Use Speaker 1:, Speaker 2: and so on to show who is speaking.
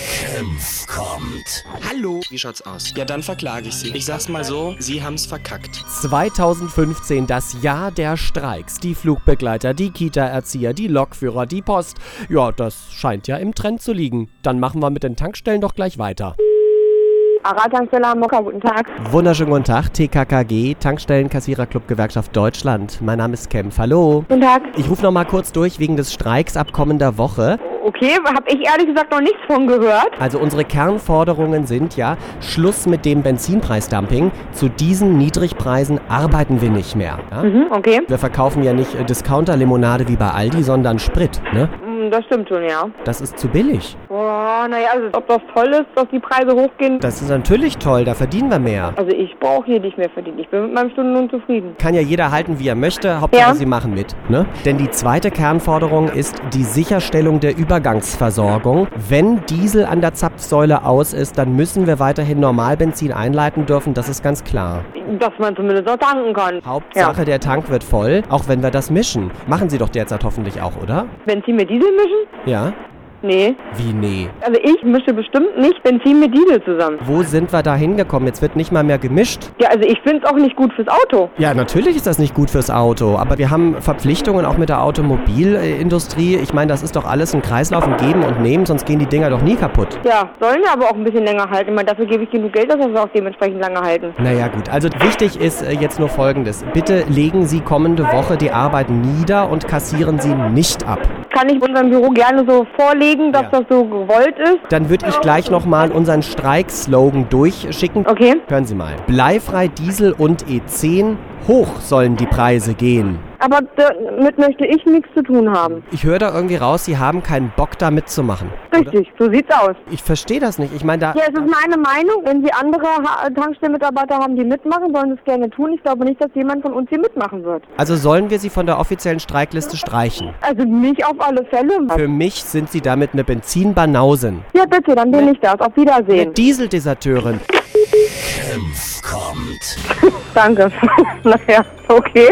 Speaker 1: Senf kommt.
Speaker 2: Hallo. Wie schaut's aus? Ja, dann verklage ich Sie. Ich sag's mal so, Sie haben's verkackt.
Speaker 3: 2015 das Jahr der Streiks. Die Flugbegleiter, die Kita-Erzieher, die Lokführer, die Post. Ja, das scheint ja im Trend zu liegen. Dann machen wir mit den Tankstellen doch gleich weiter.
Speaker 4: Aratankstelle Mokka, guten Tag.
Speaker 3: Wunderschönen guten Tag, TKKG, Tankstellenkassiererclub Gewerkschaft Deutschland. Mein Name ist Kempf, hallo.
Speaker 4: Guten Tag.
Speaker 3: Ich rufe nochmal kurz durch wegen des Streiks ab kommender Woche.
Speaker 4: Okay, habe ich ehrlich gesagt noch nichts von gehört.
Speaker 3: Also unsere Kernforderungen sind ja, Schluss mit dem Benzinpreisdumping. Zu diesen Niedrigpreisen arbeiten wir nicht mehr. Ja?
Speaker 4: Mhm, okay.
Speaker 3: Wir verkaufen ja nicht äh, Discounter-Limonade wie bei Aldi, sondern Sprit. Ne?
Speaker 4: Hm, Das stimmt schon, ja.
Speaker 3: Das ist zu billig.
Speaker 4: Oh, naja, also, ob das toll ist, dass die Preise hochgehen.
Speaker 3: Das ist natürlich toll, da verdienen wir mehr.
Speaker 4: Also ich brauche hier nicht mehr verdienen. Ich bin mit meinem Stundenlohn zufrieden.
Speaker 3: Kann ja jeder halten, wie er möchte. Hauptsache,
Speaker 4: Ja.
Speaker 3: sie machen mit. Ne? Denn die zweite Kernforderung ist die Sicherstellung der Übergangsversorgung. Wenn Diesel an der Zapfsäule aus ist, dann müssen wir weiterhin Normalbenzin einleiten dürfen. Das ist ganz klar.
Speaker 4: Dass man zumindest noch tanken kann.
Speaker 3: Hauptsache, der Tank wird voll, auch wenn wir das mischen. Machen Sie doch derzeit hoffentlich auch, oder?
Speaker 4: Ja. Benzin mit Diesel mischen?
Speaker 3: Ja?
Speaker 4: Nee.
Speaker 3: Wie nee?
Speaker 4: Also ich mische bestimmt nicht Benzin mit Diesel zusammen.
Speaker 3: Wo sind wir da hingekommen? Jetzt wird nicht mal mehr gemischt.
Speaker 4: Ja, also ich finde es auch nicht gut fürs Auto.
Speaker 3: Ja, natürlich ist das nicht gut fürs Auto, aber wir haben Verpflichtungen auch mit der Automobilindustrie. Ich meine, das ist doch alles ein Kreislauf, ein Geben und Nehmen, sonst gehen die Dinger doch nie kaputt.
Speaker 4: Ja, sollen ja aber auch ein bisschen länger halten. Ich meine, dafür gebe ich genug Geld, dass wir es auch dementsprechend lange halten.
Speaker 3: Naja gut, also wichtig ist äh, jetzt nur Folgendes. Bitte legen Sie kommende Woche die Arbeit nieder und kassieren Sie nicht ab.
Speaker 4: Kann ich unserem Büro gerne so vorlegen, dass
Speaker 3: Ja.
Speaker 4: das so gewollt ist?
Speaker 3: Dann würde ich gleich nochmal unseren Streikslogan durchschicken.
Speaker 4: Okay.
Speaker 3: Hören Sie mal. Bleifrei Diesel und E10, hoch sollen die Preise gehen.
Speaker 4: Aber damit möchte ich nichts zu tun haben.
Speaker 3: Ich höre da irgendwie raus, Sie haben keinen Bock da mitzumachen.
Speaker 4: Richtig, so sieht's aus.
Speaker 3: Ich verstehe das nicht. Ich meine, da...
Speaker 4: Ja, es ist meine Meinung. Wenn Sie andere Ha- Tankstellenmitarbeiter haben, die mitmachen, sollen sie es gerne tun. Ich glaube nicht, dass jemand von uns hier mitmachen wird.
Speaker 3: Also sollen wir sie von der offiziellen Streikliste streichen?
Speaker 4: Also nicht auf alle Fälle.
Speaker 3: Für mich sind sie damit eine Benzinbanausen.
Speaker 4: Ja, bitte, dann bin ich das. Auf Wiedersehen.
Speaker 3: Eine Dieseldeserteurin.
Speaker 1: Senf kommt.
Speaker 4: Danke. naja, okay.